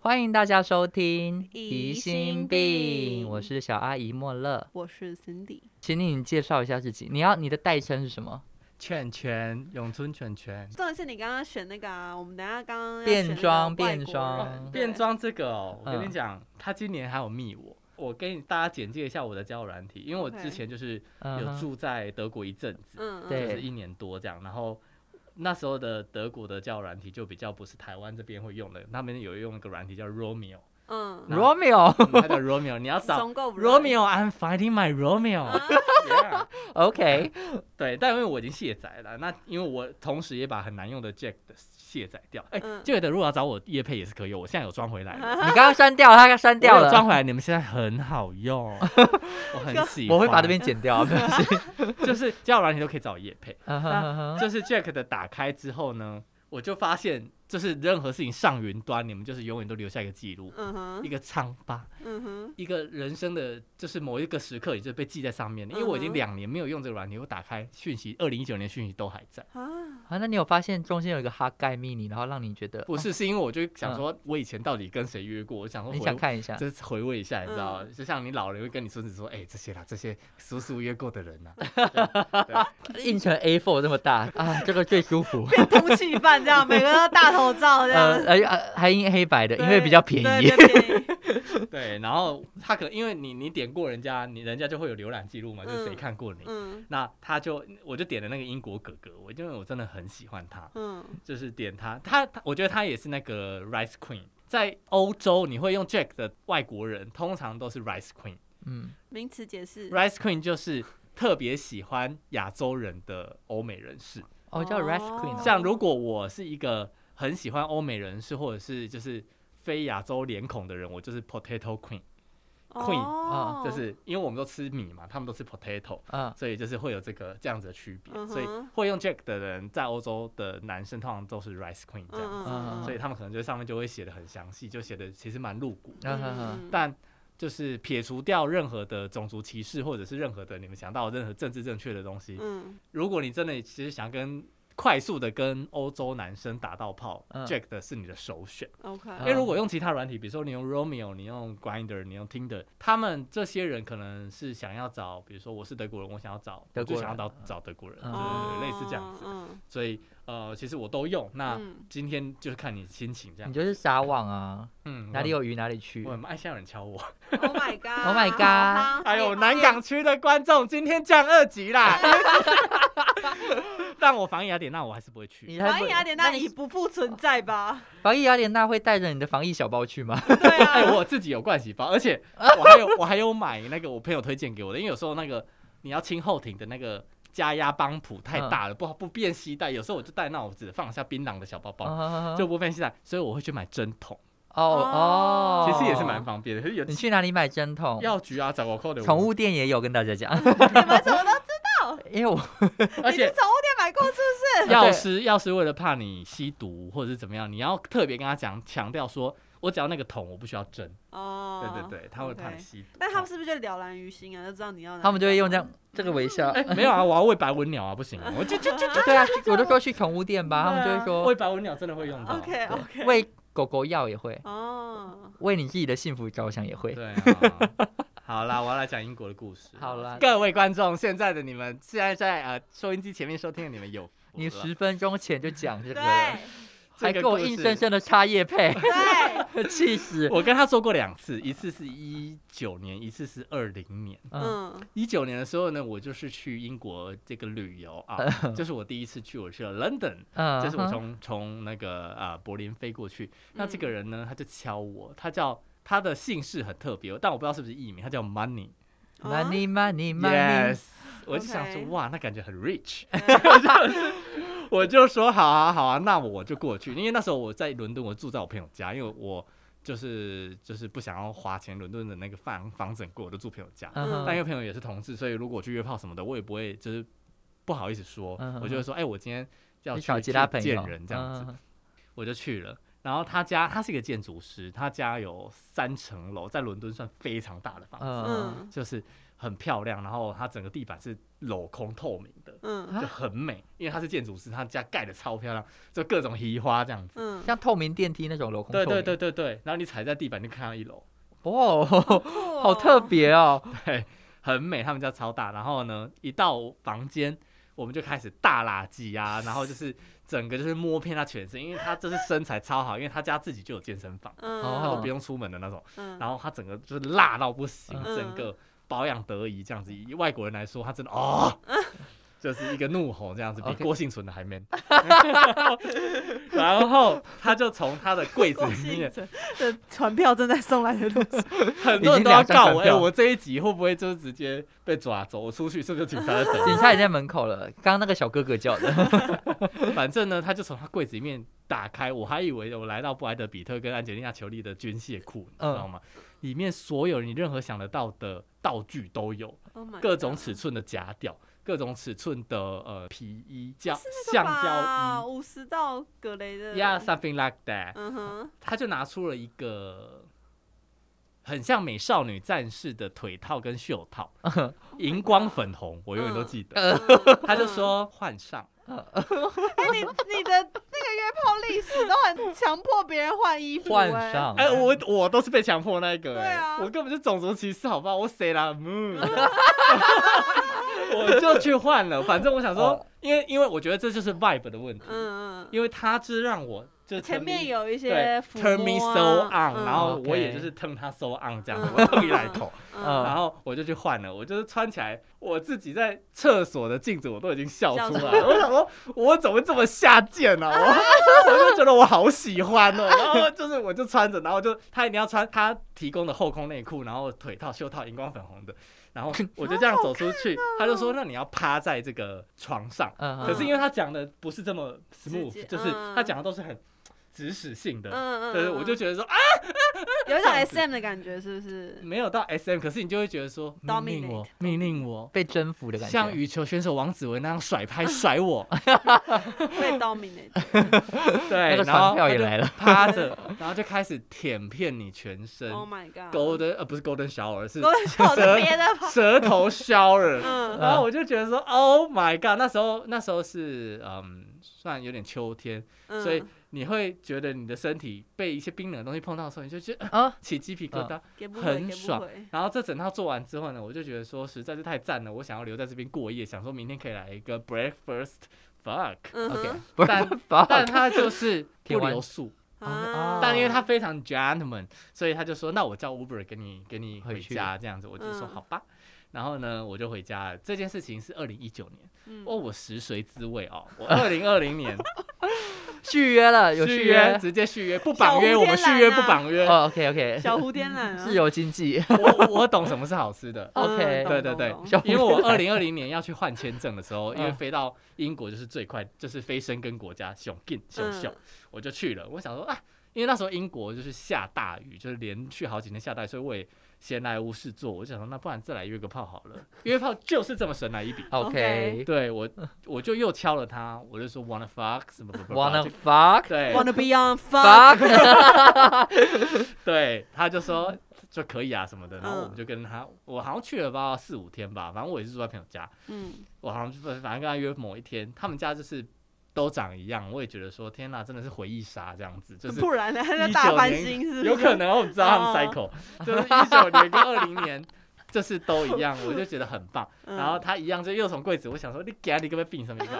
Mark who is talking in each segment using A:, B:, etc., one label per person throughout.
A: 欢迎大家收听《
B: 疑
A: 心病》，
B: 心病
A: 我是小阿姨莫乐，
B: 我是 Cindy，
A: 请你介绍一下自己，你要你的代称是什么？
C: 犬犬，咏春犬犬，
B: 重点是你刚刚选那个啊，我们等一下刚刚要
A: 变
B: 选那个
A: 装
B: 外
A: 变
B: 国
A: 装
B: 人
C: 变，
B: 对
C: 装这个哦，我跟
A: 嗯
C: 你讲，他今年还有密我。我给你大家简介一下我的交友软体，因为我
B: OK
C: 之前就是
A: 嗯
C: 有
A: 哼
C: 住在德国一阵子，
B: 嗯，嗯
A: 对
C: 就是一年多这样。然后那时候的德国的交友软体就比较不是台湾这边会用的，他们有用一个软体叫 Romeo，
B: 嗯，
A: Romeo，OK，、
C: 嗯它叫 Romeo，你要找
B: 松够不
C: Romeo，I'm finding my Romeo
B: 啊
C: Yeah。
A: OK，
C: 对，但因为我已经卸载了，那因为我同时也把很难用的 Jack 的卸载掉。哎、
B: 嗯啊
C: j a c k 的如果要找我叶配也是可以，我现在有装回来了。
A: 你刚刚删掉了，他刚删 掉
C: 我有装
A: 了，
C: 回来，你们现在很 好用，我很喜欢。
A: 我会把这边剪 掉，没关系。
C: 就是交友软体都可以找叶配。
A: 嗯哼嗯哼
C: 就是 Jack 的打开之后呢，我就发现，就是任何事情上云端，你们就是永远都留下一个记录，
B: 嗯哼，
C: 一个疮疤，
B: 嗯哼，
C: 一个人生的，就是某一个时刻，也就被记在上面了。因为我已
B: 嗯
C: 经
B: 哼
C: 两年没有用这个软体，我打开讯息，二零一九年讯息都还在。
B: 啊，
A: 啊，那你有发现中间有一个哈盖迷你，然后让你觉得
C: 不
A: 哦
C: 是，是因为我就想说，我以前到底跟谁约过？我想说
A: 嗯
C: 回，
A: 你想看一下？
C: 这是回味一下，你知道吗？
B: 嗯
C: 就像你老人会跟你孙子说：“哎、这些啦，这些叔叔约过的人 呐、啊。对”
A: 印成 A4 这么大啊，这个最舒 服。
B: 变通气犯这样，每个都大头照这样
A: 呃，，而且呃还印黑白的，
B: 对
A: 因为比较便宜
B: 对。比较便宜，
C: 对对，然后他可能因为你你点过人家，你人家就会有浏览记录嘛，就是谁
B: 嗯
C: 看过你。
B: 嗯
C: 那他就我就点了那个英国哥哥，我因为我真的很喜欢他，
B: 嗯
C: 就是点他，他他我觉得他也是那个 Rice Queen。在欧洲，你会用 Jack 的外国人，通常都是 Rice Queen。
A: 嗯，
B: 名词解释，
C: Rice Queen 就是特别喜欢亚洲人的欧美人士。
A: 哦，叫 Rice
B: 哦
A: Queen 哦。
C: 像如果我是一个很喜欢欧美人士，或者是就是非亚洲脸孔的人，我就是 Potato Queen，、Queen，
A: 啊
B: 哦
C: 就是因为我们都吃米嘛，他们都吃 potato，
A: 嗯，
C: 所以就是会有这个这样子的区别。
B: 嗯哼
C: 所以会用 Jack 的人，在欧洲的男生通常都是 Rice Queen 这样子，
B: 嗯嗯，
C: 所以他们可能就上面就会写的很详细，就写的其实蛮露骨。
A: 嗯哼哼，
C: 但就是撇除掉任何的种族歧视，或者是任何的你们想到的任何政治正确的东西，
B: 嗯
C: 如果你真的其实想跟快速的跟欧洲男生打到炮、
A: 嗯
C: j a c k 的是你的首选。
B: ，OK，
A: 啊
C: 因为如果用其他软体，比如说你用 Romeo，你用 Grinder，你用 Tinder，他们这些人可能是想要找，比如说我是德国人，我想要找，
A: 德
C: 我
A: 国人
C: 就想要找找德国人，
A: 嗯
C: 对对对，类似这样子。
B: 哦嗯，
C: 所以呃，其实我都用。
A: 啊
C: 那
B: 嗯
C: 今天就是看你心情这样
A: 你。就是撒网啊，
C: 嗯，
A: 哪里
C: 有？
A: 有鱼哪里去
C: 我。很爱现在有人敲我。
B: Oh my god!
A: Oh my god
C: 哎呦，南港区的观众今天降二级 啦！让我防疫雅典娜，我还是不会去。
A: 你还
B: 防
A: 不
B: 疫雅典
A: 那
B: 娜
A: 你
B: 已不复存在吧？
A: 防疫雅典娜会带着你的防疫小包去 吗？
B: 对
C: 哎、
B: 啊，
C: 我自己有盥洗包，而且我还有我还有买那个我朋友推荐给我的，因为有时候那个你要清后庭的那个加压帮浦太大了，不好不便携带，有时候我就带那我只放下槟榔的小包包，
A: 哦
C: 就不便携带，所以我会去买针筒，
A: 哦哦，
C: 其实也是蛮方便的，可是有
A: 你去哪里买针筒？
C: 药局啊、找我扣的
A: 宠，物店也有跟大家讲，
B: 你们什么都
A: 因为我
C: 而
B: 你去
C: 且
B: 宠物店买过是不是？
C: 药师药师为了怕你吸毒或者是怎么样，你要特别跟他讲强调说，我只要那个桶，我不需要针，对
B: 哦，
C: 对对，他会怕
B: OK
C: 你吸毒。
B: 但他们是不是就了然于心啊？就知道你要哪里
A: 他们就会用这样 这个微笑。
C: 哎、没有啊，我要喂白文鸟啊，不行啊，我就就就就
A: 对啊，我就说去宠物店吧，他们就会说
C: 喂白文鸟真的会用到。
B: OK OK
A: 喂狗狗药也会，
B: 哦，
A: 为你自己的幸福着想也会。
C: 对 啊，好啦，我要来讲英国的故事。
A: 好啦
C: 各位观众，现在的你们现在在呃收音机前面收听的你们有福
A: 你
C: 了
A: 十分钟前就讲这
B: 对
A: 个了，还给我硬生。生的插叶 配，
B: 对，
A: 气
C: 这
A: 死！
C: 个我跟他做过两次，一次是一九年，一次是二零年。
A: 嗯
B: 嗯
C: 一九年的时候呢，我就是去英国这个旅游 啊，就是我第一次去，我去了 London，
A: 嗯
C: 就是我
A: 哼嗯
C: 从从那个啊、柏林飞过去。那这个人呢，他就敲我，他叫他的姓氏很特别，但我不知道是不是艺名，他叫 Money。
A: money money money，
C: Yes，我就想说
B: OK
C: 哇，那感觉很 rich，
B: 对
A: 嗯
C: 我就说好啊好啊，那我就过去，因为那时候我在伦敦，我住在我朋友家，因为我就是就是不想要花钱，伦敦的那个房房子很贵，我就住朋友家。
A: 嗯
C: 但因
A: 哼
C: 为朋友也是同志，所以如果我去约炮什么的，我也不会就是不好意思说，
A: 嗯哼
C: 我就会说哎、我今天要
A: 去
C: 去
A: 找其他朋
C: 去
A: 友
C: 见人这样子，
A: 嗯
C: 我就去了。然后他家他是一个建筑师，他家有三层楼，在伦敦算非常大的房子。
A: 嗯
B: 嗯
C: 就是很漂亮，然后它整个地板是镂空透明的，
B: 嗯
A: 啊
C: 就很美。因为他是建筑师，他家盖的超漂亮，就各种移花这样子。
B: 嗯，
A: 像透明电梯那种镂空。
C: 对对对，对对，然后你踩在地板就看到一楼，
A: 哇， 好
B: 好
A: 特。别哦。
C: 对，很美。他们家超大，然后呢，一到房间我们就开始大垃圾啊，然后就是整个就是摸遍他全身，因为他就是身材超好，因为他家自己就有健身房，
B: 嗯，
C: 他都
A: 哦
C: 不用出门的那种。
B: 嗯，
C: 然后他整个就是辣到不行，
B: 嗯
C: 整个保养得宜这样
A: 嗯
C: 子。以外国人来说，他真的哦，就是一个怒吼这样子，比
A: OK
C: 郭幸存的还 man。然后他就从他的柜子
B: 郭
C: 里
B: 姓
C: 面，
B: 的船票正在送来的路上，
C: 很多人都要告我，
A: 已经两张传
C: 哎、
A: 票
C: 我这一集会不会就是直接被抓走？我出去是不是警察在等
A: 警察也在门口了，刚刚那个小哥哥叫的。
C: 我？反正呢，他就从他柜子里面打开，我还以为我来到布莱德比特跟安吉丽娜裘丽的军械库，你知道吗？
A: 嗯
C: 里面所有你任何想得到的道具都有。
B: Oh my
C: 各种
B: God
C: 尺寸的夹吊，各种尺寸的呃皮衣、胶、
B: 那
C: 橡
B: 个吧
C: 胶
B: 五十道格雷的。
C: 衣，Yeah, something like that。
B: 嗯哼，
C: 他就拿出了一个很像美少女战士的腿套跟 袖套，荧光粉红，我永远都记得。
B: 嗯
C: 他就，说换上，
B: 嗯哎，你你的那个约炮历史都很强迫别人换衣服，
A: 换
B: 哎
A: 上，
C: 哎、我我都是被强迫那一个、
B: 对
C: 哎、
B: 啊
C: 我根本就种族歧视，好不好？我谁 啦？嗯，我就去换了，反正我想说
A: 哦，
C: 因为因为我觉得这就是 vibe 的问题，
B: 嗯嗯，
C: 因为他是让我就是
B: 前面
C: 有。
B: 有一些
C: 对
B: 抚
C: ，turn me
B: 摸
C: so
B: 啊
C: on，、
B: 嗯
C: 然后我
A: OK
C: 也就是 turn 他 so on 这样子
B: 嗯，
C: 我特 别来口，
A: 嗯
C: 然后我就去换了，我就是穿起来，我自己在厕所的镜子我都已经笑出
B: 笑出
C: 来
B: 来
C: 了，我想说我怎么这么下贱呢、啊我我就觉得我好喜欢哦，然后就是我就穿着，然后就他一定要穿他提供的后空内裤，然后腿套、袖套、荧光粉红的，然后我就这样走出去，
B: 哦
C: 他就说那你要趴在这个床上。
A: 嗯，
C: 可是因为他讲的不是这么
B: 直接
C: smooth，就是他
B: 嗯
C: 讲的都是很指使性的，
B: 嗯嗯，
C: 对，
B: 嗯
C: 我就觉得说啊，
B: 有一种
C: 这样子
B: SM 的感觉，是不 是？
C: 没有到 S M，可是你就会觉得说命令
B: Dominate
C: 我，命令我，
A: 被征服的感觉。
C: 像羽球选手王子文那样甩拍 甩我，
B: 被 dominate，
A: 那
C: 对，
A: 个
C: 然
A: 船
C: 后
A: 票
C: 他
A: 也
C: 就
A: 来了，
C: 趴着，然后就开始舔遍你 全身
B: Oh my god！
C: ，golden 呃不是 golden shower 是
B: 狗的笑的别的吧，
C: 舌头 shower，
B: 嗯
C: 然后我就觉得说 Oh my god，那时候那时候是嗯，算有点秋天，
B: 嗯，
C: 所以你会觉得你的身体被一些冰冷的东西碰到的时候，你就觉得呃
A: 啊
C: 起鸡皮疙瘩，
B: 给不回
C: 很
B: 给不
C: 爽
B: 回
C: 然后这整套做完之后呢，我就觉得说实在是太赞了，我想要留在这边过夜，想说明天可以来一个 breakfast fuck，
B: 嗯
A: OK，
B: 哼
A: 不
C: 但
A: 是吧？
C: 但哎他就是不
A: 听完
C: 留宿，
A: 哦
C: 但因为
B: 啊
C: 他非常 gentleman，所以他就说那我叫 Uber 给你给你回
A: 回去
C: 家这样子，我就说
B: 嗯
C: 好吧。然后呢，我就回家了。这件事情是二零一九年，
B: 嗯
C: 哦，我食髓知味哦，我二零二零年
A: 续约了，有
C: 续
A: 约。
C: 直接续约，不
B: 小
C: 绑约，
B: 蝴
C: 我
B: 蝶
C: 们续
B: 兰
C: 约不
B: 啊
C: 绑约。
A: 哦，OK OK，
B: 小蝴蝶兰啊
A: 自由经济。
C: 我我懂什么是好吃的，
B: 嗯
A: OK
B: 懂
C: 对
B: 懂
C: 对
B: 懂
A: 小
C: 因为我
A: 蝴蝶
C: 二
A: 兰
C: 零二零年要去换签证的时候，因为
A: 嗯
C: 飞到英国就是最快，就是飞申根国家熊劲熊
B: 嗯
C: 熊，我就去了。我想说啊，因为那时候英国就是下大雨，就是连续好几天下大雨，所以我也闲来无事做，我就想说那不然再来约个炮好 了，约炮就是这么神来一笔。
A: OK，
C: 对我，我就又敲了他，我就说 wanna fuck 什么什么什么
A: wanna
C: 就
A: fuck
C: 对
B: Wanna be on fire？
A: fuck，
C: 对，他就说就可以啊什么的，然后我
B: 嗯
C: 们就跟他，我好像去了吧四五天吧，反正我也是住在朋友家，
B: 嗯，
C: 我好像就反正跟他约某一天，他们家就是都长一样，我也觉得说天哪，真的是回忆杀这样子，就是
B: 突然的他在 大翻新，是不是？
C: 有可能我不知道他 们
B: 哦
C: cycle，、就是一九年跟二零年就是都一样，我就觉得很棒。
B: 嗯。
C: 然后他一样就又从柜子，我想说你给他你个 不病什 么的，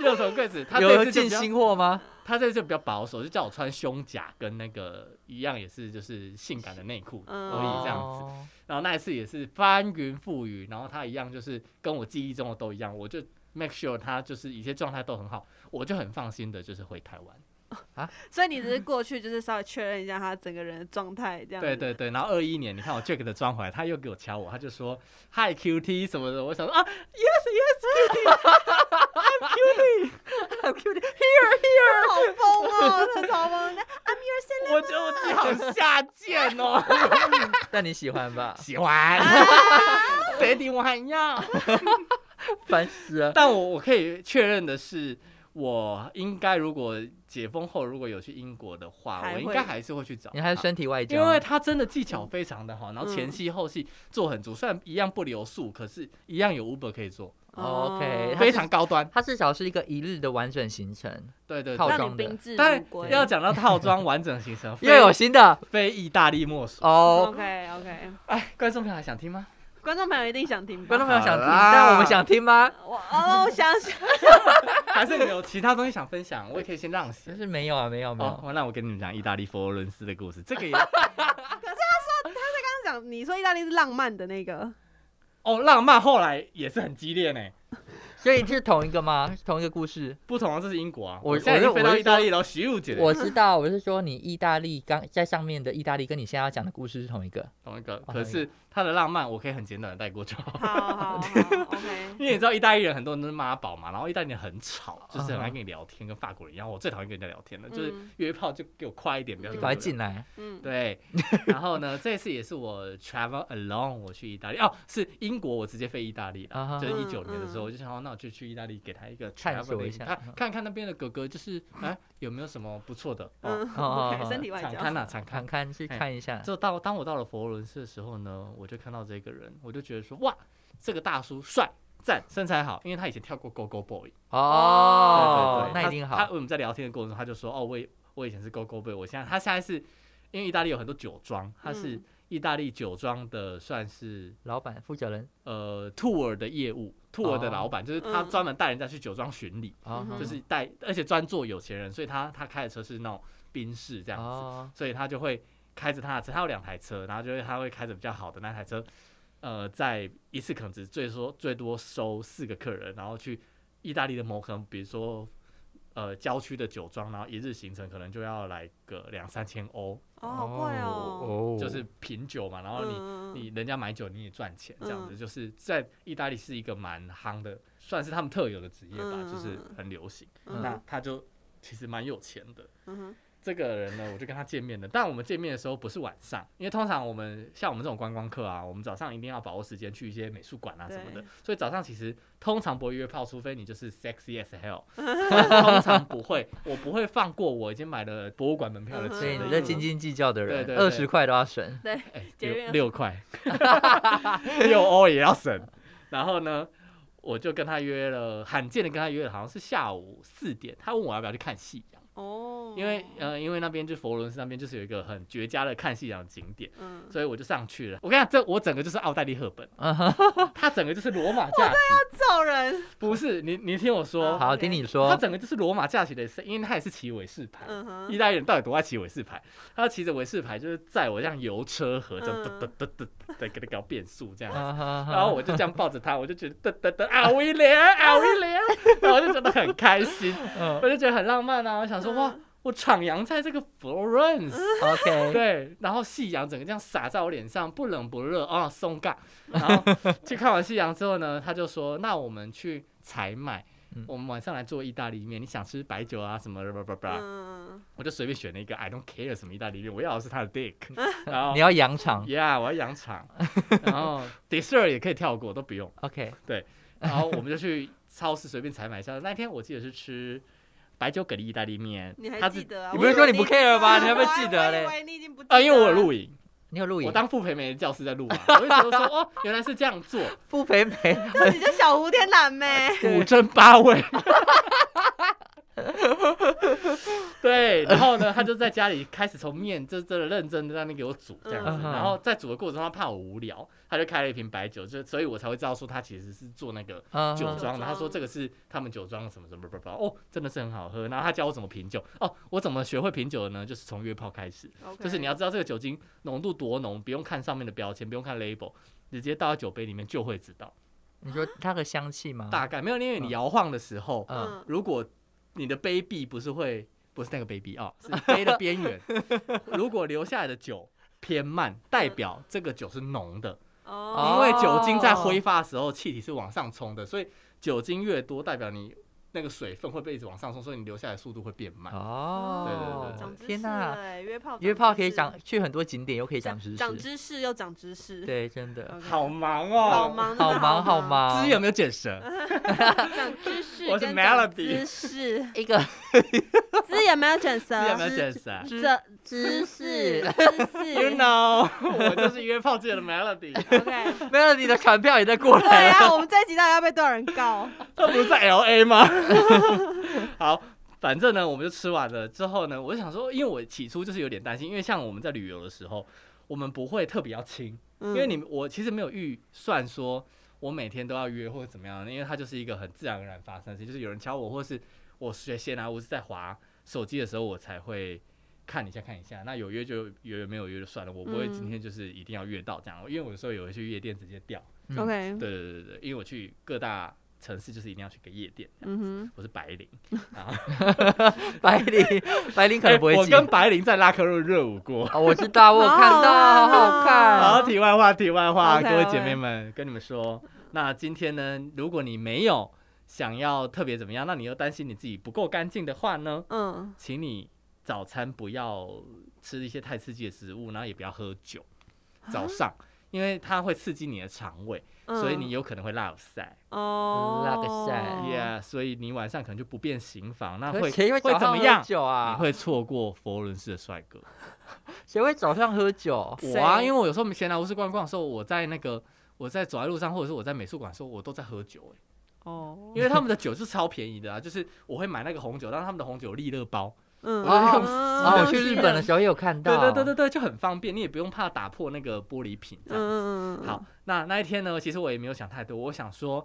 C: 又从柜子，他这
A: 有
C: 次就
A: 进
C: 比较
A: 新货吗？
C: 他这次就比较保守，就叫我穿胸甲跟那个一样也是就是性感的内裤
B: 嗯
C: 而已这样子。
A: 哦
C: 然后那一次也是翻云覆雨，然后他一样就是跟我记忆中的都一样，我就 make sure 他就是一切状态都很好，我就很放心的，就是回台湾。
B: 所以你只是过去，就是稍微确认一下他整个人的状态，这样子
C: 对对对，然后二一年你看我 Jack 的装回来，他又给我敲我，他就说 Hi QT 什么的，我想说啊 Yes Yes，
B: 好疯哦，这超疯的。I'm your s e l
C: 我觉得我自己好下贱 哦，？
A: 但你喜欢吧
C: 喜欢
B: 啊
C: ，Daddy 我还要。
A: 烦死了。
C: 但我我可以确认的是，我应该如果解封后如果有去英国的话，
B: 还
C: 我应
B: 会
C: 该还是会去找
A: 你还
C: 他
A: 是身体外交，
C: 因为他真的技巧非常的好，然后前
B: 嗯
C: 戏后戏做很足，虽然一样不留宿，可是一样有 Uber 可以做，
A: OK，
B: 哦
A: 他
C: 非
A: 是
C: 常高端。
A: 哎它至少是一个一日的完整行程，
C: 对对
A: 套
C: 对，
B: 让
A: 装
B: 你
A: 的
B: 宾至
C: 但
B: 如归。
C: 要讲到套装完整行程，
A: 又有
C: 非
A: 新的
C: 非意大利莫属。
A: 哦。
B: OK OK，
C: 哎，观众朋友还想听吗？
B: 观众朋友一定想听吧。
A: 观众朋友想听，
C: 好啦
A: 但我们想听吗？
B: 我哦，我想想，
C: 还是你有其他东西想分享？我也可以先让
A: 就
C: 贤。
A: 是没有啊，没有没有。
C: 哦，那我跟你们讲意大利佛罗伦斯的故事，这 个也
B: 刚讲你说意大利是浪漫的那个，
C: 哦，浪漫后来也是很激烈呢。
A: 所以是同一个吗？是同一个故事？
C: 不同的这是英国啊，
A: 我
C: 我现在已经
A: 我是我
C: 飞到
A: 是
C: 意大利了，徐璐姐，
A: 我知道，我是说你意大利刚在上面的意大利，跟你现在要讲的故事是同一个。
C: 同一个，
A: 哦
C: 可是他的浪漫我可以很简短的带过就好。
B: 好好好，OK，
C: 因为你知道意大利人很多人都是妈宝嘛，然后意大利人很吵，就是
A: 嗯
C: 很爱跟你聊天，跟法国人一样。我最讨厌跟人家聊天了，就是
B: 嗯
C: 约炮就给我快一点，不要
B: 嗯
A: 你
C: 跟
A: 赶快
C: 我聊
A: 进来，
B: 嗯，
C: 对，然后呢，这次也是我 travel alone，我去意大利哦，是英国，我直接飞意大利
A: 啊哈
C: 了，就是一九年的时
B: 嗯
C: 候，
B: 嗯
C: 我就想，哦那我就去意大利给他一个
A: 探
C: travel
A: 索一
C: day，
A: 下
C: 他
A: 嗯
C: 看看那边的哥哥，就是哎有没有什么不错的哦，
B: 嗯
A: 哦哦
B: ，OK，
A: 哦
B: 身体外
C: 敞
B: 交，
C: 开呐，敞开
A: 侃。侃去看一下。
C: 就到当我到了佛罗伦斯的时候呢，我就看到这个人，我就觉得说，哇，这个大叔帅。赞，身材好，因为他以前跳过 Go Go Boy，
A: 哦
C: 对对对，
A: 那
C: 他
A: 一定
C: 他
A: 好。
C: 我们在聊天的过程中，他就说：“哦，我以我以前是 Go Go Boy，我现在他现在是因为意大利有很多酒庄，他是
B: 嗯
C: 意大利酒庄的算是
A: 老板、负责人，
C: 呃 tour 的业务，tour 的老板、就是他
B: 嗯
C: 专门带人家去酒庄巡礼，
A: 哦
B: 嗯哼
C: 就是带而且专做有钱人，所以他他开的车是那种宾士这样子，
A: 哦，
C: 所以他就会开着他的车，他有两台车，然后就会他会开着比较好的那台车，呃，在一次可能只最说最多收四个客人，然后去意大利的某可能比如说呃郊区的酒庄，然后一日行程可能就要来个两三千欧，
B: 哦，好贵
A: 哦
B: 哦，
C: 就是品酒嘛，然后哦你、
B: 嗯
C: 你人家买酒你也赚钱，这样子、就是在意大利是一个蛮夯的，算是他们特有的职业吧，
B: 嗯
C: 就是
B: 嗯嗯
C: 很流行。
B: 嗯
C: 那他就其实蛮有钱的，
B: 嗯哼
C: 这个人呢，我就跟他见面了。但我们见面的时候不是晚上，因为通常我们像我们这种观光客啊，我们早上一定要把握时间去一些美术馆啊什么的
B: 对，
C: 所以早上其实通常不会约炮，除非你就是 sexy as hell，通常不会，我不会放过我已经买了博物馆门票的
B: 嗯哼
A: 所以
C: 钱的
A: 你这
C: 人
A: 斤斤计较的人
C: 对，对
A: 二
C: 对
A: 十块都要省。
B: 对，
C: 哎
B: 节约
C: 六六块， 六欧也要省。然后呢，我就跟他约了，罕见的跟他约了，好像是下午四点，他问我要不要去看夕阳。
B: 哦，
C: 因为呃，因为那边就佛罗伦斯那边就是有一个很绝佳的看夕阳景点，
B: 嗯，
C: 所以我就上去了。我跟你讲，这我整个就是奥黛丽·赫本，
A: 嗯
C: 她整个就是罗马
B: 哦
C: 假期，
B: 造人，不
C: 不是你你听我说，
A: 好，
B: OK
A: 听你
C: 她
A: 说。
C: 整个就是罗马假期的，因为她也是骑韦士牌。
B: 嗯
C: 意
B: 哼，
C: 大利人到底多爱骑韦士牌？他骑着韦士牌，就是载我像油车盒，这样
B: 嗯
C: 嘟嘟嘟嘟，在给他搞变速
A: 嗯
C: 这样子。然
A: 然
C: 后我就这样抱着他，我就觉得噔噔噔，啊威廉，啊威廉， 然后我就觉得很开心，
A: 嗯
C: 我就觉得很浪漫啊。我想
B: 嗯
C: 说哇，我徜徉在这个 Florence，
A: OK，
C: 对，然后夕阳整个这样洒在我脸上，不冷不热啊，松尬。然后去看完夕阳之后呢，他就说：“那我们去采买
A: 嗯，
C: 我们晚上来做意大利面，你想吃白酒啊什么的叭叭叭。
B: 嗯，”
C: 我就随便选了一个，I don't care 什么意大利面，我要的是他的 dick，然后
A: 你要扬场。
C: yeah，我要羊肠， 然后 dessert 也可以跳过，都不用。
A: OK，
C: 然后我们就去超市随便采买一下。那天我记得是吃白酒蛤蜊意大利面
B: 你，还
C: 他
B: 记
C: 是
B: 得啊？
A: 你
B: 我
A: 不是
B: 以
A: 说
B: 为
A: 你不 care 吗你还
B: 我
A: 没
B: 还
A: 记得
B: 我
A: 嘞
B: 以为你已经不记
C: 啊，因为我有
B: 得 了
C: 录影，
A: 你有录
C: 我
A: 影？
C: 当傅培梅的教师在录嘛，我就觉得说哦，原来是这 样做，
A: 不陪陪。
B: 那你就小胡天蓝 呗。
C: 五针八位。对，然后呢，他就在家里开始从面，就真的认真的在那边给我煮这样
A: 嗯
C: 子，
A: 哼
C: 然后在煮的过程中，他怕我无聊，他就开了一瓶白酒，就所以我才会知道说他其实是做那个
A: 嗯
C: 酒
B: 嗯
C: 庄的，他
B: 酒
C: 说
B: 庄
C: 这个是他们酒庄什么什么什么哦，真的是很好喝。然后他教我怎么品酒哦，我怎么学会品酒的呢？就是从约炮开始，就是你要知道这个酒精浓度多浓，不用看上面的标签，不用看 label，直接倒到酒杯里面就会知道。
A: 你说它的香气吗？
C: 大概没有，因为你摇晃的时候，
A: 嗯，
C: 如果你的杯壁不是会不是那个杯壁啊，是杯的边缘，如果留下来的酒偏慢，代表这个酒是浓的。因
B: 哦，
C: 为酒精在挥发的时候，气体是往上冲的，所以酒精越多，代表你那个水分会被一直往上冲，所以你留下来的速度会变慢。
A: 哦，
C: 嗯对对对
B: 长知识
A: 天哪，
B: 了耶约炮长
A: 约炮可以
B: 知识
A: 长去很多景点，又可以长知
B: 长
A: 识。
B: 知识又长知识，嗯
A: 对，真的
B: OK，
C: 忙啊
B: 好忙，真的
A: 好忙好
B: 忙，
A: 忙。
C: 知有没有眼神？
B: 长知识
C: 我是
B: 跟长
C: Melody
B: 姿势，
A: 一个
B: 姿也没有卷舌，
C: 是有没有解释啊
A: 知
B: 这
A: 知识
B: 姿势
C: ？You
B: 姿势
C: know，我 就是约炮界的 Melody，
B: ，OK。
A: Melody 的传票也在过
B: 对
A: 来了。
B: 啊，我们这一集到底要被多少人告？
C: 这不是在 L A 吗？ 好，反正呢，我们就吃完了之后呢，我就想说，因为我起初就是有点担心，因为像我们在旅游的时候，我们不会特别要清，
B: 因
C: 因为你我其实没有预算说我每天都要约或者怎么样的，因为它就是一个很自然而然发生的事情，就是有人敲我，或是我学闲来无事在滑手机的时候，我才会。看一下看一下，那有约就有约，没有约就算了。我不会
B: 嗯
C: 今天就是一定要约到这样，因为我有时候也会去夜店直接掉。
A: 嗯
B: OK，
C: 对对对对，因为我去各大城市就是一定要去个夜店，
B: 嗯哼，
C: 我是白领，
A: 白领，白领可能不会
C: 哎我
A: 记。
C: 跟白领在拉克瑞热舞过。
A: 哦，我知道，我有看到，好
B: 好好看
A: 好看。
B: 啊
C: 好，题外话，题外话
B: OK，
C: 各位姐妹们，跟你们说，那今天呢，如果你没有想要特别怎么样，那你又担心你自己不够干净的话呢，
B: 嗯，
C: 请你早餐不要吃一些太刺激的食物，然后也不要喝酒，
A: 啊
C: 早上，因为它会刺激你的肠胃，
B: 嗯
C: 所以你有嗯可能会落塞。
B: 哦，
A: 拉个赛
C: Yeah，所以你晚上可能就不便行房，那
A: 可
C: 会
A: 是谁会
C: 会
A: 早
C: 怎
A: 上
C: 么
A: 喝
C: 样？
A: 酒
C: 你
A: 啊？
C: 会错过佛罗伦斯的帅哥。
A: 谁会早上喝酒？
C: 我啊，
B: 谁
C: 因为我有时候闲来无事逛逛的时候，我在那个我在走在路上，或者是我在美术馆的时候，我都在喝酒、 欸、
B: 哦，
C: 因为他们的酒是超便宜的啊，就是我会买那个红酒，但是他们的红酒有利乐包，
B: 嗯，
C: 我就用
A: 然后
C: 哦
A: 我去日本的时候也有看
C: 对
A: 到。
C: 对对对对，就很方便，你也不用怕打破那个玻璃瓶这样子。
B: 嗯嗯嗯，
C: 好，那那一天呢，其实我也没有想太多，我想说。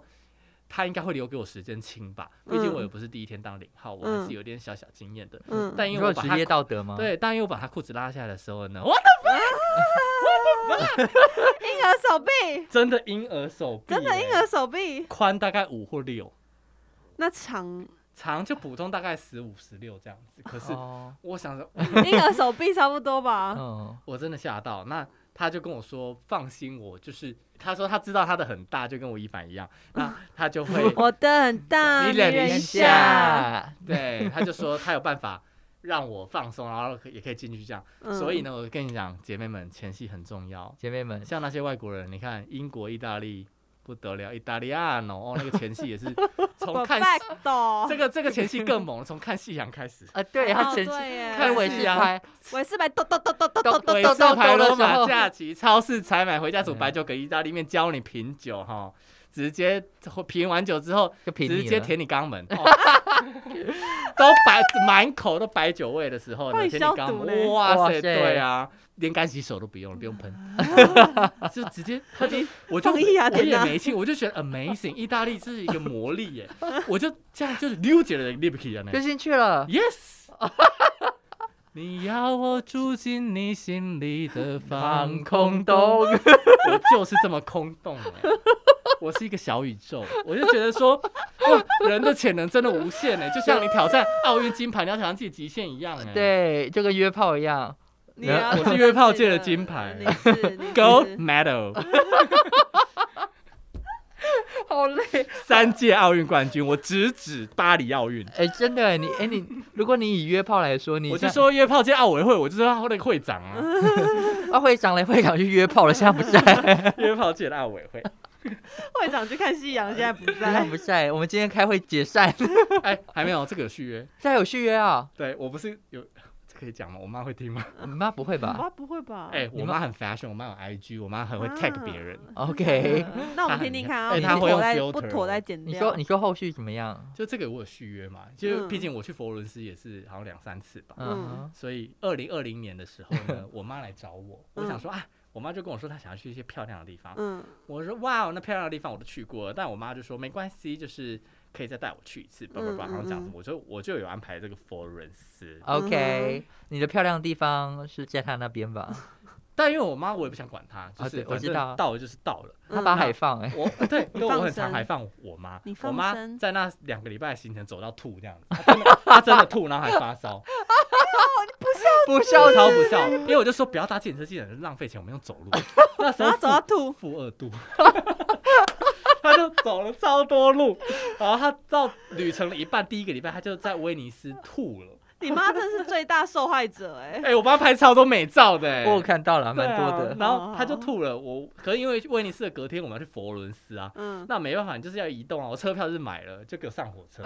C: 他应该会留给我时间清吧，毕竟
B: 嗯
C: 我也不是第一天当零号，我还是
B: 嗯
C: 有点小小经验的。
B: 嗯，
C: 但
A: 你
C: 因为我
A: 说
C: 把
A: 职
C: 他
A: 业道德吗？，
C: 对，但因为我把他裤子拉下来的时候呢，哇，
B: 嗯婴儿手臂，
C: 真的婴儿手臂、
B: 真的婴儿手臂，
C: 宽大概五或六，
B: 那长
C: 长就普通大概十五十六这样子。可是
A: 哦，
C: 我想着，
B: 婴儿手臂差不多 吧？
A: 嗯，
C: 我真的吓到。那他就跟我说，放心我，就是他说他知道他的很大，就跟我一凡一样，那他就 会
B: 我的很大，
C: 你忍
B: 忍
C: 一
B: 一
C: 下
B: 下，
C: 对，他就说他有办法让我放松，然后可也可以进去这样。
B: 嗯
C: 所以，呢，我跟你讲，姐妹们，前戏很重要。
A: 姐妹们，
C: 像那些外国人，你看英国、意大利不得了，意大利啊，哦，那个前戏也是从
B: 我
C: 看
B: back 到
C: 这个这个前戏更猛，从看夕阳开始。
A: 啊，对，他前期看
B: 看
A: 尾
C: 是
A: 是
C: 啊
A: 拍，
B: 哦我是白咚咚咚咚咚
A: 咚
B: 咚
A: 咚
B: 咚，
C: 尾
A: 咚
C: 上
A: 咚
C: 牌
A: 咚
C: 罗
A: 的时
C: 马
A: 候，
C: 假期，超市采买回家煮
A: 嗯
C: 白酒给意大利面，教你品酒哈，直接品完酒之后，
A: 就平
C: 直
A: 你
C: 接
A: 了
C: 舔你肛门，哦都白满口都白酒味的时候呢，
B: 会
C: 舔你
B: 消
C: 肛
B: 毒
C: 门，
B: 嘞
C: 哇
A: 哇
C: 塞，
A: 塞
C: 对啊，连干洗手都不用了，不用喷，就直接他就我就
B: 同意啊
C: 我
B: 天
C: 也
B: 哪
C: 没气，我就觉得 amazing，意大利这是一个魔力耶，我就这样就是溜解了 l i b k y 啊 呢
A: 就进去了。
C: Yes 。你要我住进你心里的防空洞，， 我就是这么空洞、欸。我是一个小宇宙，我就觉得说， 哇，人的潜能真的无限呢、就像你挑战奥运金牌，你要挑战自己极限一样、欸。，
A: 对，就跟约炮一样。
B: 你啊
C: 我是约炮界的金牌
B: 你是你是
C: ，Gold Medal，
A: 好累。
C: 三届奥运冠军，我直指巴黎奥运。
A: 哎，真的，你哎 你，如果你以约炮来说，你
C: 我就
A: 像
C: 说约炮界奥委会，我就是他那个会长啊。
A: 啊，会长来会长去约炮了，现在不在，
C: 约炮界的奥委会。
B: 会长去看夕阳，现在不
A: 现在
B: 在。
A: 不在。我们今天开会解散，现
C: 哎，还没有这个有续约。
A: 在有续约啊？
C: 对我不是有这可以讲吗？我妈会听吗？
A: 你妈不会吧
B: 啊，不会吧？
C: 哎、
A: 你啊
C: 我
A: 妈
C: 妈很 fashion，我妈有 IG，我妈很会 tag 别人，
A: ？OK，
B: 那我们听听看啊，
C: 哎
B: 不
C: 他会用
B: 妥再
C: filter
B: 不妥再剪掉。
A: 你说你说后续怎么样？
C: 就这个我有续约嘛，就
B: 嗯
C: 毕竟我去佛罗伦斯也是好像两三次吧，
A: 嗯
C: 所以二零二零年的时候 呢，我妈来找我，
A: 嗯
C: 我想说啊。我妈就跟我说，她想要去一些漂亮的地方。
B: 嗯
C: 我说哇，哦那漂亮的地方我都去过了，但我妈就说没关系，就是可以再带我去一次，叭叭叭，
B: 嗯
C: 然后这样子
B: 嗯，
C: 我就我就有安排这个佛罗伦斯。嗯
A: ，OK，你的漂亮地方是在她那边吧？
C: 但因为我妈我也不想管她，就
A: 啊
C: 是
A: 对我
C: 反
A: 知
C: 正
A: 道
C: 到了就是到了。
A: 她
B: 嗯
A: 把海放哎，
C: 我 对，因为
B: 放
C: 我很常
B: 生
C: 还放我妈
B: 你，
C: 我
B: 放
C: 妈
B: 生
C: 在那两个礼拜的行程走到吐这样子，她真的她真的吐，然后还 发烧，
A: 不
C: 我
A: 孝
C: 超不孝。因为我就说不要搭计程车，计程车浪费钱，我们用走 路。那时
B: 然
C: 候
B: 后走到
C: 负
B: 吐，
C: 负二度， 她就走了超多路，然后她到旅程的一半，第一个礼拜她就在威尼斯吐了，
B: 你妈真的是最大受害者哎、
C: 哎、我帮他拍超多美照的、哎
A: 我有看到了，
C: 对
A: 蛮多
C: 啊
A: 的。
C: 然
B: 哦
C: 后他就吐了，我可是因为威尼斯的隔天我们要去佛罗伦斯啊，
B: 嗯，
C: 那没办法，你就是要移动啊，我车票是买了，就给我上火 车，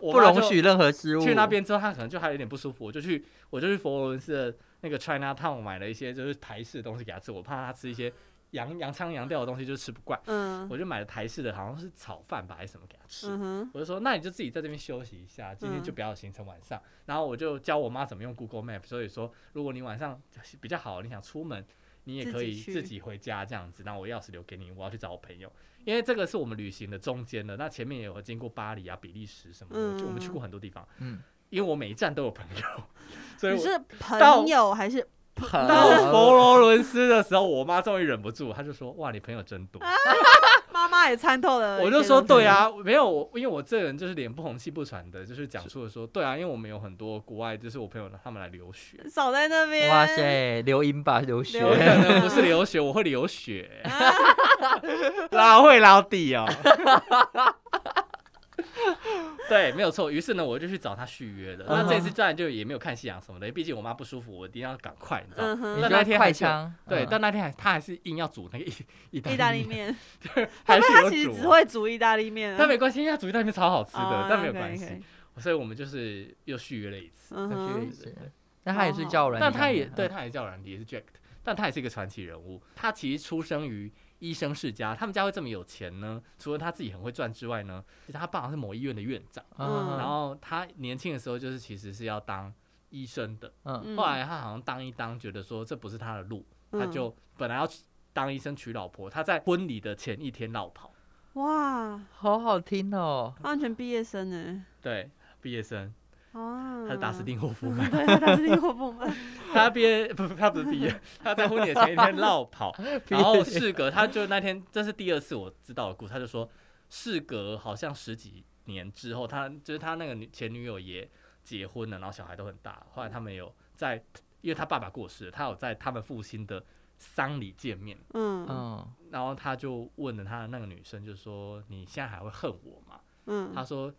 C: 我
A: 不
C: 妈就
A: 容许任何失误。
C: 去那边之后，他可能就还有点不舒服，我就去我就去佛罗伦斯的那个 China Town 买了一些就是台式的东西给他吃，我怕他吃一些洋洋腔洋调的东西就吃不惯，
B: 嗯
C: 我就买了台式的，好像是炒饭吧还是什么给他吃。
B: 嗯哼，
C: 我就说，那你就自己在这边休息一下，
B: 嗯
C: 今天就不要有行程晚上。然后我就教我妈怎么用 Google Map，所以说，如果你晚上比较好，你想出门，你也可以
B: 自己去
C: 自己回家这样子。然后我钥匙留给你，我要去找我朋友，因为这个是我们旅行的中间的。那前面也有经过巴黎啊、比利时什么的，
B: 嗯
C: 就我们去过很多地方。
A: 嗯，
C: 因为我每一站都有朋友， 所以
B: 你
C: 我
B: 是朋友还是
C: 到佛
A: 好，
C: 罗伦斯的时候，我妈终于忍不住，她就说：“哇，你朋友真多。”
B: 妈妈也参透了？
C: 我就说对，啊，没有我，因为我这人就是脸不红气不喘的，就是讲出了说对啊，因为我们有很多国外，就是我朋友他们来留学，
B: 少在那边，
A: 哇，塞，留英吧，留学
C: 我
B: 留
C: 可
B: 英
C: 能不是留学，我会 留血，老会老底哦。对，没有错。于是呢，我就去找他续约的。
B: 嗯
C: 那这次当然就也没有看夕阳什么的，毕竟我妈不舒服，我一定要赶快，你知道
B: 嗯
C: 吗。
A: 你
B: 哼，
C: 那
A: 就
C: 那天还
A: 快
C: 是有
A: 枪，
C: 对，
A: 嗯
C: 但那天还他还是硬要煮那个意意
B: 意大
C: 大
B: 利
C: 利，
B: 面，
C: 还是
B: 他
C: 有
B: 其实
C: 煮哦
B: 只。会煮意大利面啊，
C: 但没关系，因为他煮意大利面超好吃
B: 哦
C: 的，但没有
B: 那可
C: 关
B: 以
C: 系
B: 可以。
C: 所以我们就是又续约了一次。
B: 嗯
A: 那
B: 哼
A: 去，是那他也是叫人，
C: 但他
B: 嗯
C: 也对，他也叫软迪，也是 Jack，但他也是一个传奇人物。他其实出生于医生世家，他们家会这么有钱呢，除了他自己很会赚之外呢，其实他爸好像是某医院的院长。
B: 嗯
C: 然后他年轻的时候就是其实是要当医生的，
A: 嗯，
B: 嗯
C: 后来他好像当一当，觉得说这不是他的路，他
B: 嗯
C: 就本来要去当医生娶老婆，他在婚礼的前一天落跑。
B: 哇，
A: 好好听哦，
B: 完全毕业生呢，
C: 对，毕业生，
B: 啊，
C: 他是达斯，汀霍夫曼。
B: 对，他达斯汀霍夫曼，
C: 他毕业不，他不是毕业，他在婚礼的前一天落跑，然后事隔他就那天，这是第二次我知道的故事，他就说事隔好像十几年之后，他就是他那个女前女友也结婚了，然后小孩都很大，后来他们有在，因为他爸爸过世了，他有在他们父亲的丧礼见面，
B: 嗯
A: 嗯，
C: 然后他就问了他的那个女生，就说你现在还会恨我吗？
B: 嗯，
C: 他说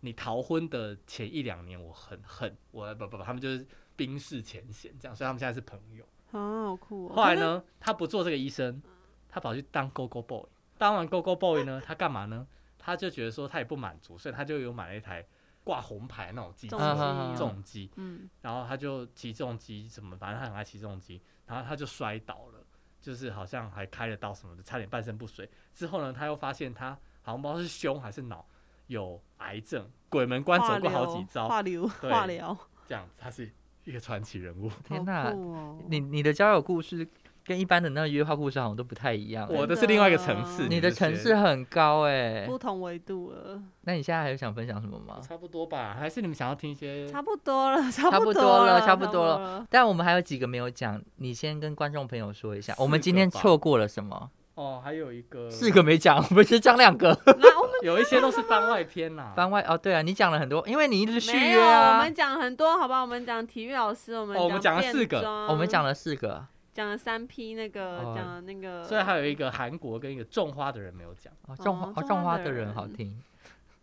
C: 你逃婚的前一两年我很恨，我不不不，他们就是冰释前嫌这样，所以他们现在是朋友。
B: 啊，好酷哦，
C: 后来
A: 嗯
C: 呢，他不做这个医生，他跑去当 Go Go Boy。当完 Go Go Boy 呢，他干嘛呢？他就觉得说他也不满足，所以他就有买了一台挂红牌那种机
B: 重
A: 嗯
C: 车，
A: 哼
B: 击，
C: 重机。
B: 嗯，
C: 然后他就骑重机，什么反正他很爱骑重机，然后他就摔倒了，就是好像还开了刀什么的，差点半身不遂。之后呢，他又发现他好像不知道是胸还是脑有癌症，鬼门关走过好几招，
B: 化疗，
C: 对
B: 化疗，
C: 这样子他是一个传奇人物。
A: 天
B: 哪
A: 哪，，
B: 哦
A: 你你的交友故事跟一般的那个约炮故事好像都不太一样欸，
C: 我的
B: 真
C: 是另外一个
B: 的
C: 层次，
A: 你
C: 的
A: 的层次很高哎，
B: 不同维度了，
A: 那你现在还有想分享什么吗？
C: 差不多吧，还是你们想要听一些？
B: 哦差不多了，差
A: 差
B: 不
A: 不
B: 多
A: 多了
B: 差
A: 差
B: 不
A: 不
B: 多
A: 多了
B: 了，
A: 但我们还有几个没有讲，你先跟观众朋友说一下
C: 四，个
A: 我们今天错过了什么？
C: 哦，还有一个
A: 四 个没讲，我们只讲两个。
B: 那我们
C: 有一些都是番外篇啦、
A: 番外哦，对啊，你讲了很多，因为你一直续
B: 没
A: 约
B: 有，我
A: 啊
B: 们。讲很多，好不好？我们讲体育老师，我们
C: 哦我们讲了四个
B: 变装
A: 我们讲了四个
B: 讲了三批那个，
A: 哦
B: 讲了那个，
C: 所以还有一个韩国跟一个种花的人没有讲，
A: 哦，种花
B: 哦
A: 哦，
B: 种
A: 种
B: 花
A: 花
B: 的
A: 的人
B: 人
A: 好听，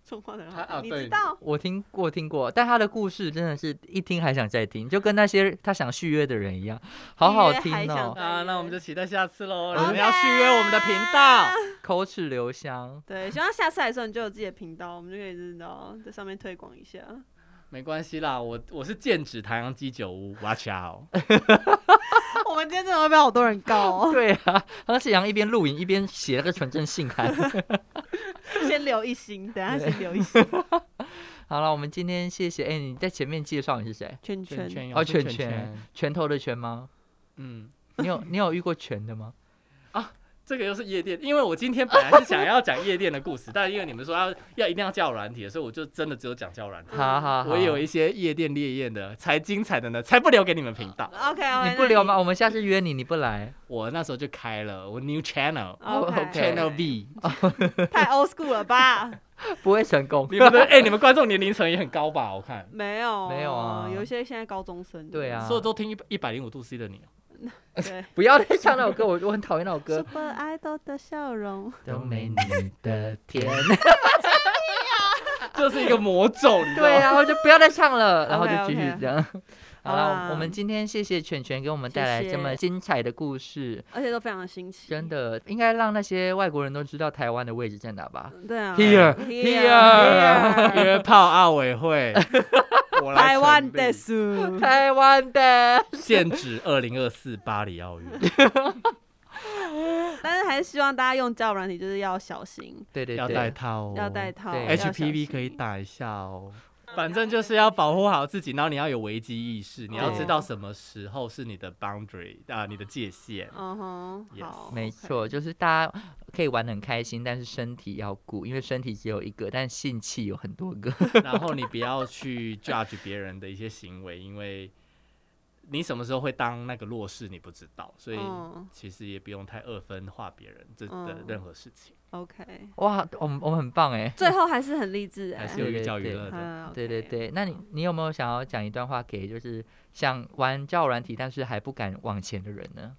B: 中华人
C: 他啊
B: 你
C: 对
B: 知道？
A: 我听过听过，但他的故事真的是一听还想再听，就跟那些他想续约的人一样，好好
B: 续约还
A: 听
B: 想
A: 哦，
C: 啊，那我们就期待下次喽。
A: OK
C: 你们要续约我们的频道，
A: 口齿留香。
B: 对，希望下次来的时候你就有自己的频道，我们就可以知道在上面推广一下。
C: 没关系啦，我我是剑指台阳鸡酒屋，watch out。
B: 哦我们今天真的会被好多人告哦，
A: 对啊，何启阳一边录影一边写那个纯正信函。
B: 先留一星，等下先留一星。
A: 好了，我们今天谢谢。哎、你在前面介绍你是谁？
B: 圈圈，
A: 哦圈圈，拳头的拳吗？
C: 嗯，
A: 你有你有遇过拳的吗？
C: 这个又是夜店，因为我今天本来是想要讲夜店的故事， 但因为你们说要要一定要叫软体，所以我就真的只有讲叫软体。
A: 好好好，
C: 我有一些夜店烈焰的，才精彩的呢，才不留给你们频道。
B: OK OK，
A: 你不留吗？？我们下次约你，你不来，
C: 我那时候就开了我 new channel。
B: OK，
A: OK
C: Channel B，
B: 太 old school 了吧？
A: 不会成功。
C: 你们的哎、你们观众年龄层也很高吧？我看，
B: 没有，
A: 没有啊
B: 有一些现在高中生。
A: 对啊
C: 所有都听一一百零五度 C 的 你，
B: 对
A: 不要再唱那首歌，我我很讨厌那首歌。
B: ，Super Idol 的笑容。
A: 都没你的甜。
C: 就是一个魔咒，你知道
A: 对
C: 吗？
A: 啊，我就不要再唱了，然后就
B: OK，OK
A: 继续这样。好
B: 好
A: 了，
B: 啦
A: 我们今天谢谢犬犬给我们带来
B: 谢谢
A: 这么精彩的故事，
B: 而且都非常的新奇，
A: 真的应该让那些外国人都知道台湾的位置在哪吧。
B: 嗯，对啊
A: Here,
B: here，
C: 约炮奥委会，我来
B: 台湾
C: 成立
B: 的书，
A: 台湾的，
C: 限制二零二四巴黎奥运。
B: 但是还是希望大家用交友软体就是要小心，
A: 对对
C: 要戴
A: 对，
C: 套哦，
B: 要戴套
A: 对
C: ，HPV 可以。
B: 要小心
C: 打一下哦。反正就是要保护好自己，然后你要有危机意识，你要知道什么时候是你的 boundary 啊、你的界限。
B: 嗯哼
C: Yes
B: 好，
A: 没
B: OK
A: 错，就是大家可以玩得很开心，但是身体要顾，因为身体只有一个，但性器有很多个。
C: 然后你不要去 judge 别人的一些行为，因为你什么时候会当那个弱势你不知道，所以
B: 嗯
C: 其实也不用太二分化别人这的
B: 嗯
C: 任何事情，
B: ，OK，
A: 哇，我们我们很棒哎。
B: 最后还是很励志哎
C: 还，是有寓教于乐的。
B: 嗯，OK
A: 对对，对，那你你有没有想要讲一段话给就是想玩交友软体但是还不敢往前的人呢？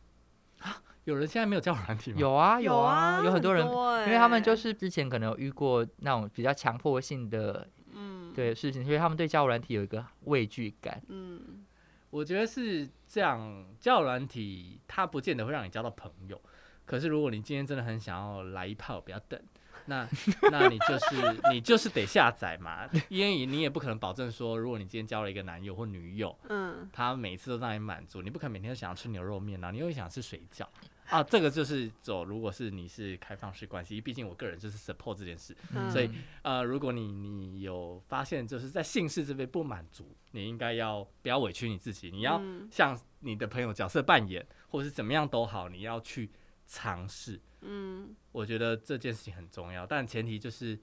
C: 有人现在没有交友软体吗？
A: 有啊有
B: 有
A: 啊，有很多人
B: 欸
A: 因为他们就是之前可能有遇过那种比较强迫性的
B: 嗯，
A: 对事情，所以他们对交友软体有一个畏惧感。
B: 嗯，
C: 我觉得是这样，交友软体它不见得会让你交到朋友，可是如果你今天真的很想要来一炮，不要等， 那那你就是你就是得下载嘛，因为你也不可能保证说，如果你今天交了一个男友或女友，
B: 嗯
C: 他每次都让你满足，你不可能每天都想要吃牛肉面啊，你又想吃水饺啊，这个就是走，如果是你是开放式关系，毕竟我个人就是 support 这件事，
B: 嗯
C: 所以呃，如果你你有发现就是在姓氏这边不满足，你应该要不要委屈你自己，你要
B: 嗯
C: 像你的朋友角色扮演，或是怎么样都好，你要去尝试。
B: 嗯，
C: 我觉得这件事情很重要，但前提就是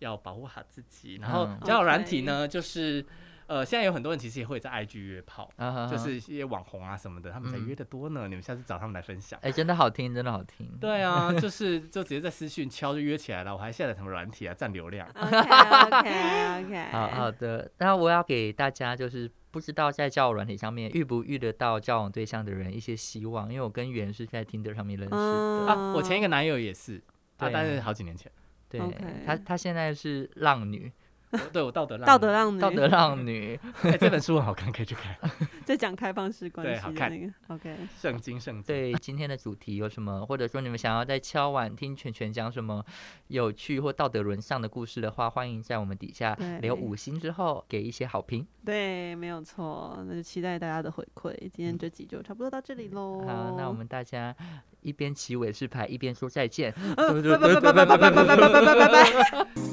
C: 要保护好自己。然后
A: 嗯
C: 交友软体呢，就是呃，现在有很多人其实也会在 IG 约炮，
A: 啊哈哈
B: 嗯
C: 就是一些网红啊什么的，他们才约的多呢。你们下次找他们来分 享。
A: 哎、真的好听，真的好听。
C: 对啊，就是就直接在私讯敲就约起来了，我还下载什么软体啊，占流量。
B: OK OK OK，
A: 好好的，那我要给大家就是不知道在交友软体上面遇不遇得到交往对象的人一些希望，因为我跟袁是在 Tinder 上面认识的，
B: 嗯
C: 啊，我前一
B: 个
C: 个男友也是啊，
A: 对
C: 但是好几年前，
A: 对
B: OK
A: 他他现在是浪女，
C: 我对我道德浪
B: 道德浪女，
A: 道德浪女，
C: 哎这本书很好看，可以去看。
B: 就讲开放式关
C: 对
B: 系
C: 好
B: 的
C: 看
B: 那个，OK，
C: 圣经，圣经。
A: 对今天的主题有什么，或者说你们想要在敲碗听全全讲什么有趣或道德沦丧的故事的话，欢迎在我们底下
B: 对
A: 留五星之后给一些好评。
B: 对，没有错，那就期待大家的回馈。今天这集就差不多到这里喽。
A: 好，那我们大家一边骑尾士牌一边说再见。
B: 拜拜拜拜拜拜拜拜拜拜拜。